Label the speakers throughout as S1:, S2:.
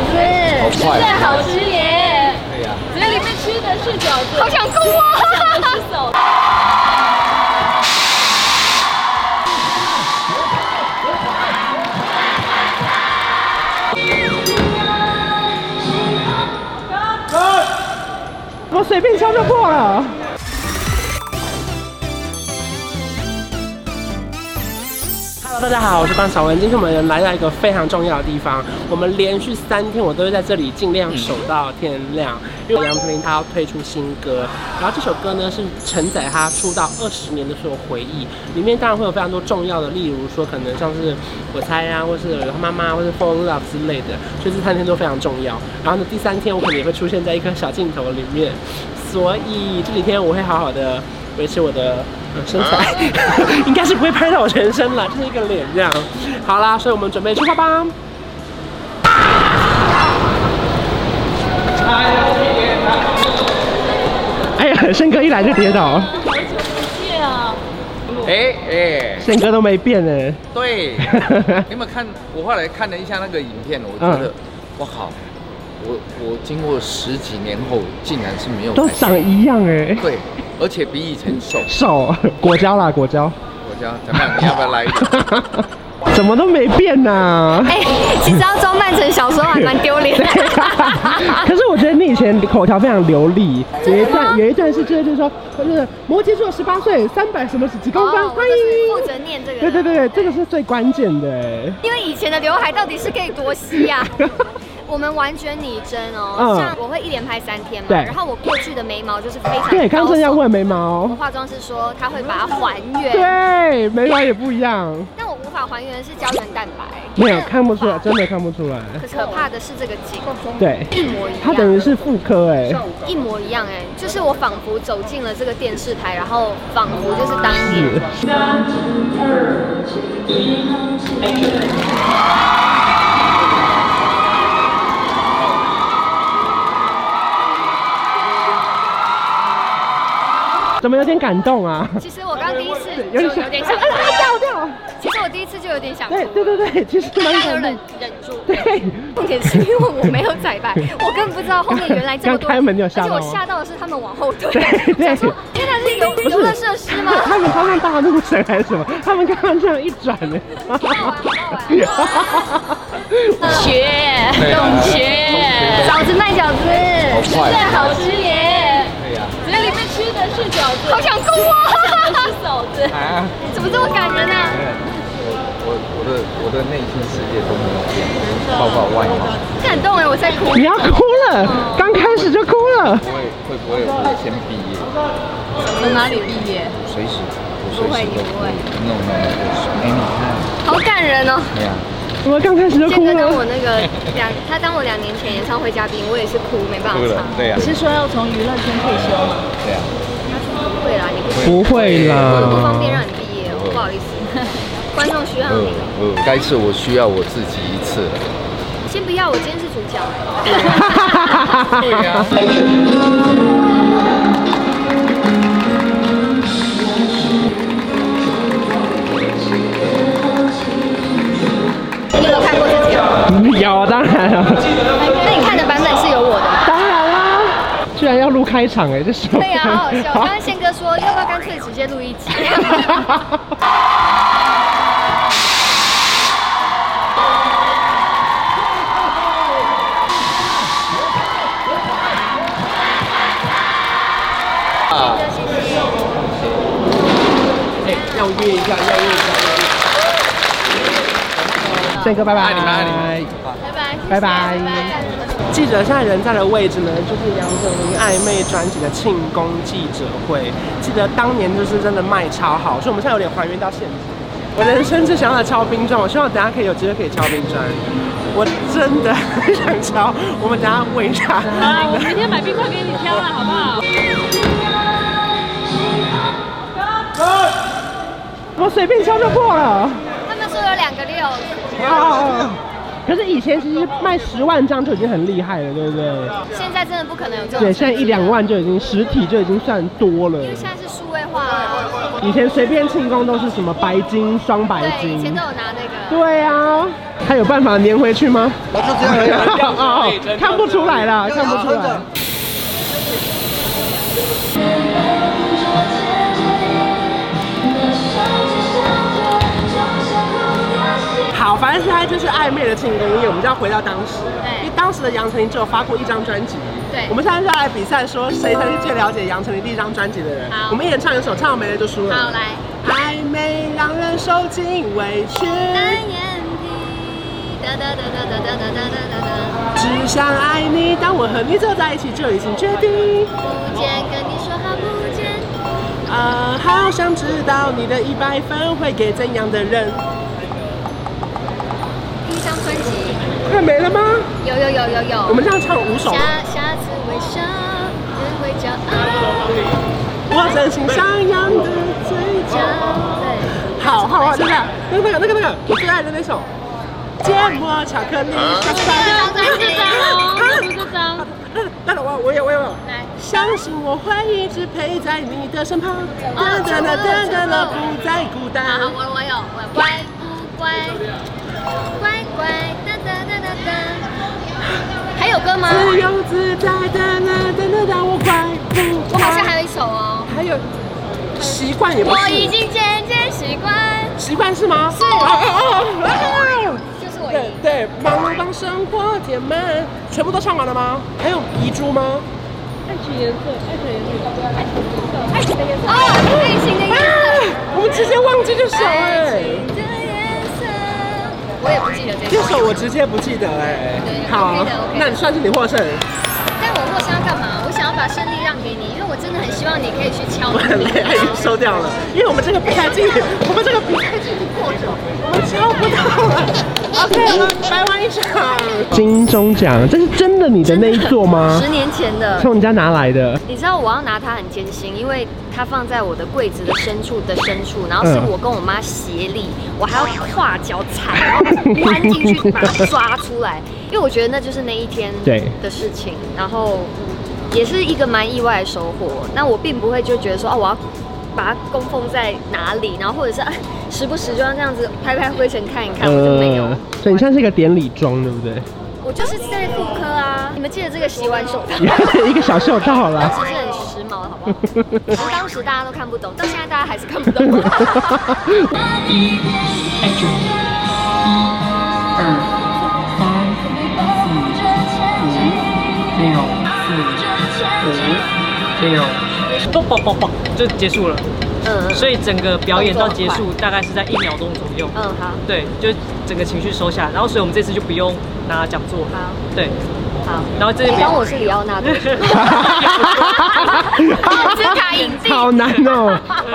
S1: 好快
S2: 真的好吃耶！
S1: 对呀、
S2: 那里面吃的是饺子，
S3: 好想哭啊！
S2: 好想吃手。
S4: 我随便敲就破了。
S5: Hello，大家好，我是班小文。今天我们来到一个非常重要的地方，我们连续三天我都会在这里尽量守到天亮，因为杨丞琳她要推出新歌，然后这首歌呢是承载她出道二十年的所有回忆，里面当然会有非常多重要的，例如说可能像是我猜啊，或是她妈妈，或是 f o l l Love 之类的，所以这三天都非常重要。然后呢，第三天我可能也会出现在一个小镜头里面，所以这几天我会好好的维持我的呃身材， 应该是不会拍到我全身了，就是一个脸这样。好啦，所以我们准备出发吧。哎呀，森哥一来就跌倒，
S2: 好久不见啊！
S1: 哎哎，
S5: 森哥都没变呢。
S1: 对，你们看，我后来看了一下那个影片，我觉
S4: 嗯
S1: 得，我靠，我我经过十几年后，竟然是没有
S4: 都
S1: 改
S4: 长一样哎、
S1: 对，而且比以前瘦。
S4: 瘦，果胶啦，果胶，
S1: 我讲，怎么样？你要不要来一点？
S4: 怎么都没变呐、
S3: 哎、其实要装扮成小时候还蛮丢脸的。
S4: 可是我觉得你以前口条非常流利，有一段有一段是真的就是说，就是摩羯座十八岁三百什么几公分，
S3: 哦，我
S4: 欢
S3: 就是负
S4: 迎。
S3: 责念这个。
S4: 对对对对，这个是最关键的 哎。
S3: 因为以前的刘海到底是可以多稀 呀、我们完全拟真哦，
S4: 嗯
S3: 像我会一连拍三天嘛，
S4: 对
S3: 然后我过去的眉毛就是非常
S4: 对，刚刚正要
S3: 高耸
S4: 问眉
S3: 我
S4: 毛
S3: 们，化妆师说他会把它还原，
S4: 对，眉毛也不一样，
S3: 但我无法还原的是胶原蛋白，
S4: 没有看不出来，真的看不出来。
S3: 可可怕的是这个景，
S4: 对，
S3: 一模一样，
S4: 它等于是妇科哎，
S3: 一模一样哎、就是我仿佛走进了这个电视台，然后仿佛就是当年。
S4: 怎么有点感动啊？
S3: 其实我刚第一次
S4: 有
S3: 就有
S4: 点想
S3: 点想
S4: 哎它
S3: 哭，
S4: 掉掉。
S3: 其实我第一次就有点想哭
S4: 对，对对对，其实蛮
S3: 但有
S4: 感
S3: 忍
S4: 动。
S3: 忍住。
S4: 对，
S3: 重点是因为我没有彩 排，我根本不知道后面原来这么多人。
S4: 刚开门就吓
S3: 而
S4: 到
S3: 且我吓到的是他们往后退。
S4: 对对
S3: 想说天哪，是游游乐设施吗？
S4: 他们刚刚大怒神还是什么？他们刚刚这样一转呢。
S2: 学懂学，
S3: 饺哎子卖饺
S1: 啊好
S3: 子，
S1: 快
S2: 真的，好吃耶！
S1: 对啊呀、
S2: 那里面吃的是饺子，
S3: 好想哭
S2: 好想
S3: 啊！
S2: 吃手子。
S1: 啊。啊，
S3: 怎么这么感人啊？
S1: 我我我的我的内心世界都没有变，包括外貌。
S3: 感动哎，我在哭
S4: 你。要哭了，刚开始就哭了。
S1: 不会会不会我先毕业？
S2: 从哪里毕业？
S1: 随时，我随时都可以。No no no，哎、你看，
S3: 好感人 哦！
S1: 对呀、
S4: 怎么刚开始就
S3: 健
S4: 哭
S3: 哥当我
S4: 了？
S3: 那个两，他当我两年前演唱会嘉宾，我也是哭，没办法
S1: 对
S3: 唱
S1: 了。，对呀、
S2: 你是说要从娱乐圈退休吗？
S1: 对呀、
S3: 对啦，你嗯不
S4: 不会
S3: 我不
S4: 啦，
S3: 方便让你毕业，哦，不好意思。 观众需要
S1: 呃
S3: 你，
S1: 呃，该是我需要我自己一次了。
S3: 先不要，我今天是主角。
S1: 对呀、
S3: 你有没有看过这啊条？
S4: 有当然了，
S3: 那你看的版本是有我的 吗？
S4: 当然啦，居然要录开场哎，这是
S3: 对 呀、好好笑。刚刚宪哥说，要不要干脆直接录一 集？
S5: 哎，要约一下，要约一下。
S4: 宪哥拜拜，
S1: 爱你们爱你们
S3: 拜拜，
S4: 拜拜
S5: 记者现在人在的位置呢，就是杨丞琳暧昧专辑的庆功记者会。记得当年就是真的卖超好，所以我们现在有点还原到现实。我人生最想要的敲冰砖，我希望等下可以有机会可以敲冰砖。我真的很想敲，我们等下问一下。
S2: 啊，我明天买冰块给你挑了，好不好？
S4: 我随便敲就破了。
S3: 他们说有两个六，
S4: 啊！可是以前其实卖十万张就已经很厉害了，对不对？
S3: 现在真的不可能有这种。
S4: 对，现在一两。万就已经实体就已经算多了。
S3: 因为现在是数位化啊，
S4: 以前随便庆功都是什么白金、双白
S3: 对，以前
S4: 金
S3: 都，有拿那个
S4: 对啊，他有办法粘回去吗？
S6: 我就这样而已啊。
S4: 哦，看不出来啦，看不出
S6: 真
S4: 来
S6: 的。
S4: 好，反正现在就是暧昧的庆功宴，我们就要回到当时。
S3: 对
S4: 因为当时的杨丞琳只有发过一张专辑。
S3: 对
S4: 我们现在就要来比赛，说谁才是最了解杨丞琳第一张专辑的人。
S3: 好
S4: 我们一人唱一首，唱完没了就输了。
S3: 好，来，
S4: 暧昧让人受尽委屈，
S3: 单眼皮，哒哒哒哒哒哒哒哒哒哒，
S4: 只想爱你。当我和你走在一起，就已经决定。
S3: 不见跟你说好不见，
S4: 啊，好想知道你的一百分会给怎样的人？
S3: 第一张专辑
S4: 快没了吗？
S3: 有有有有有，
S4: 我们这样唱五首吗，
S3: 下下次微笑，人会骄傲，
S4: 我真心上扬的嘴
S3: 骄
S4: 角。
S3: 傲对。
S4: 好好好，就这样。那个那个那个那个，我最爱的那首。芥末巧克
S3: 啊
S4: 力，啊香
S3: 张
S2: 不是
S3: 专辑
S2: 这张哦，不是这张，
S4: 那个我我也我也有。
S3: 来
S4: 相信我会一直陪在你的身旁，
S3: 哦
S4: 噔噔噔噔噔
S3: 走了
S4: 噔，不再孤单。
S3: 好，我我有，我乖不乖？乖乖，哒哒哒哒哒。还有歌吗？
S4: 自由自在的那等等到我快不
S3: 我好像还有一首哦。
S4: 还有习惯也不
S3: 我已
S4: 是
S3: 经渐渐习惯，
S4: 习惯是吗？哦是
S3: 就是我
S4: 哦对对，忙碌帮生活填满，全部都唱完了吗？还有遗珠吗？
S3: 哦，爱情的颜
S4: 啊
S3: 色，，
S4: 我们直接忘记这首
S3: 爱
S4: 哎、
S3: 情的颜色。我也不记得这
S4: 这
S3: 首，
S4: 首我直接不记得哎、
S3: 对
S4: 好
S3: OK 的，OK 的
S4: 那你算是你获胜。
S3: 但我获胜要干嘛？我想要把胜利让给你，因为我真的很希望你可以去敲
S4: 我很累，已经
S3: 门。啊
S4: 收掉了，因为我们这个比赛进，我们这个比赛进行过久，我们敲不到了。OK，我们掰弯一场。 金钟奖，这是真的你的那一座吗
S3: 十？年前的，
S4: 从你家拿来的，
S3: 你知道我要拿它很艰辛，因为它放在我的柜子的深处的深处，然后是
S4: 嗯
S3: 我跟我妈协力，我还要跨脚踩，然后弯进去把它抓出来，因为我觉得那就是那一天
S4: 对
S3: 的事情，然后也是一个蛮意外的收获。那我并不会就觉得说哦，我要把它供奉在哪里，然后或者是、啊、时不时就要这样子拍拍灰尘看一看，我就没有。
S4: 呃所以你算是一个典礼装，对不对？
S3: 我就是在妇科啊，你们记得这个洗碗手套。
S4: 一个小秀到
S3: 当
S4: 啦。
S3: 时是很时髦的，好 不好？其实当时大家都看不懂，到现在大家还是看不懂。嗯
S7: 嗯嘣嘣嘣嘣就结束了。
S3: 嗯
S7: 所以整个表演到结
S3: 动作
S7: 束大概是在一秒钟左右。
S3: 嗯，好，
S7: 对，就整个情绪收下，然后所以我们这次就不用拿讲座了。
S3: 好，
S7: 对，
S3: 好。
S7: 然后这
S3: 你
S7: 边
S3: 当我是里奥 纳多， 奥斯卡影帝，
S4: 好难哦、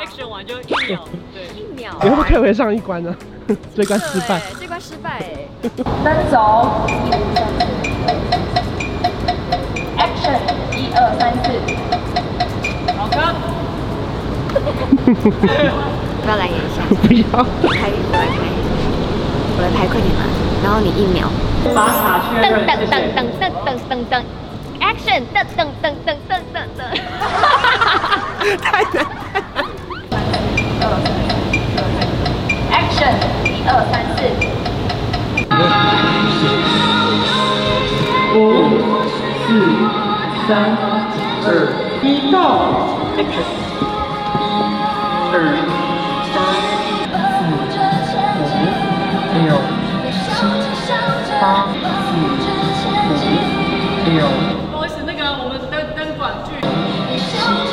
S7: action 完就一秒，对。
S3: 一秒
S4: 以后退回上一关呢、 这关失败。
S3: 对这关失败 哎。
S8: 分走。Action，一二三四。
S7: 好看。
S3: 不要来演一下，
S4: 不要，
S3: 拍，我来拍，我来拍，快点嘛。然后你一 秒，
S7: 打卡确
S3: 噔
S7: 认，
S3: 噔
S7: 谢
S3: 噔
S7: 谢。
S3: 噔噔噔噔噔，Action，噔噔噔噔噔噔噔。
S4: 太难。
S8: Action，一二三四。
S7: 不好意思，那个我们灯灯管剧。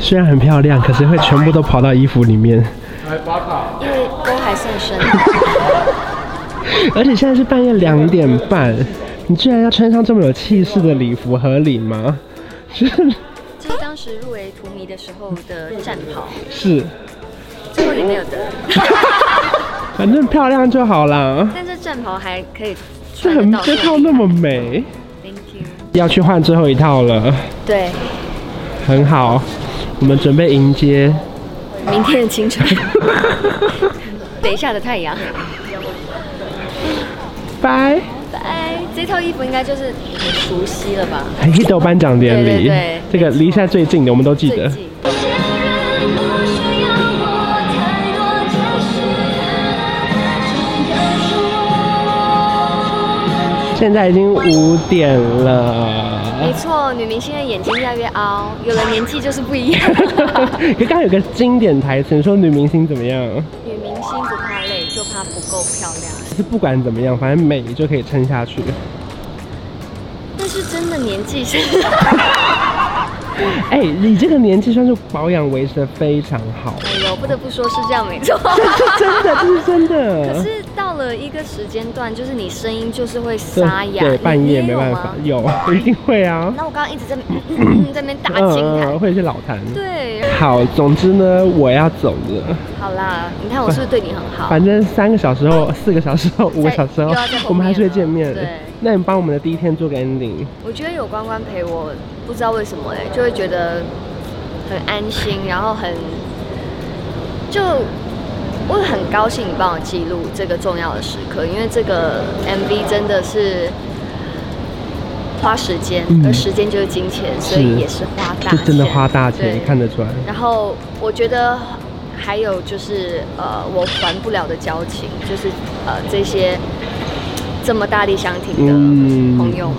S4: 虽然很漂亮，可是会全部都跑到衣服 里面，
S3: 因为沟还甚深，
S4: 而且现在是半夜两点半，你居然要穿上这么有气势的礼服，合理吗？ 是
S3: 这是当时入围荼蘼的时候的战袍，
S4: 是，
S3: 最后也没有得，
S4: 反正漂亮就好啦。
S3: 但这战袍还可以
S4: 这
S3: 穿得
S4: 很
S3: 到
S4: 这套那么美，
S3: Thank you。
S4: 要去换最后一套了，
S3: 对，
S4: 很好，我们准备迎接。
S3: 明天的清晨，等一下的太阳。
S4: 拜。
S3: 拜。这套衣服应该就是很熟悉了吧？
S9: 黑豆颁奖典
S3: 对对
S9: 礼
S3: 对，
S9: 这个离现在最近的我们都记得
S3: 最。近
S9: 现在已经五点了
S3: 没。错，女明星的眼睛越来越凹，有了年纪就是不 一样。
S9: 可刚刚有个经典台词，你说女明星怎么样？
S3: 女明星不怕累，就怕不够漂亮。
S9: 就是不管怎么样，反正美就可以撑下去。
S3: 但是真的年纪 是，
S9: 哎、你这个年纪算是保养维持的非常好，
S3: 哎呦，不得不说是这样没 错。
S9: 真的，这是真
S3: 可
S9: 的。
S3: 是到了一个时间段，就是你声音就是会沙哑，
S9: 对，
S3: 你
S9: 半夜
S3: 你也
S9: 没
S3: 有
S9: 办
S3: 吗
S9: 法，有一定会 啊。
S3: 那我刚刚一直在那 在那边打情
S9: 嗯
S3: 台，
S9: 会是老痰。
S3: 对，
S9: 好，总之呢，我要走了。
S3: 好啦，你看我是不是对你很好？
S9: 反正三个小时后、四个小时后、五个小时后
S3: 又要再碰面，了
S9: 我们还是会见面。
S3: 对
S9: 那你帮我们的第一天做个 ending。
S3: 我觉得有关关陪我，不知道为什么哎、就会觉得很安心，然后很就我很高兴你帮我记录这个重要的时刻，因为这个 MV 真的是。花时间，
S9: 嗯
S3: 而时间就是金钱，所
S9: 是
S3: 以也是花大
S9: 就
S3: 钱，
S9: 真的花大钱
S3: 对，
S9: 看得出来。
S3: 然后我觉得还有就是呃，我还不了的交情，就是呃这些这么大力相挺的
S9: 嗯
S3: 朋友们，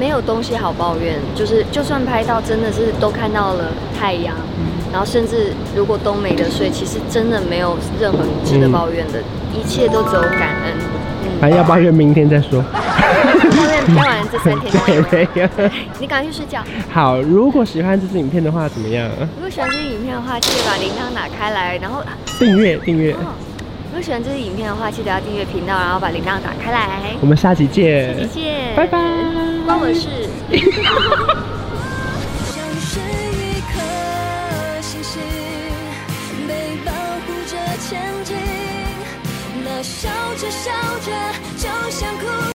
S3: 没有东西好抱怨，就是就算拍到真的是都看到了太阳，
S9: 嗯
S3: 然后甚至如果都没得睡，其实真的没有任何值得抱怨的，一切都只有感恩。嗯
S9: 反正要抱怨明天再说。
S3: 抱怨拍完这三
S9: 哎 对
S3: 天，
S9: 没有。
S3: 你赶快去睡觉。
S9: 好，如果喜欢这支影片的话，怎么样？
S3: 如果喜欢这支影片的话，记得把铃铛打开来，然后
S9: 订阅订阅，
S3: 哦如果喜欢这支影片的话，记得要订阅频道，然后把铃铛打开来。
S9: 我们下期
S3: 下期
S9: 见，
S3: 见，
S9: 哎拜拜。。
S3: 关我事。
S6: 像是一颗星星，被保护着前进。那笑着笑着，就想哭。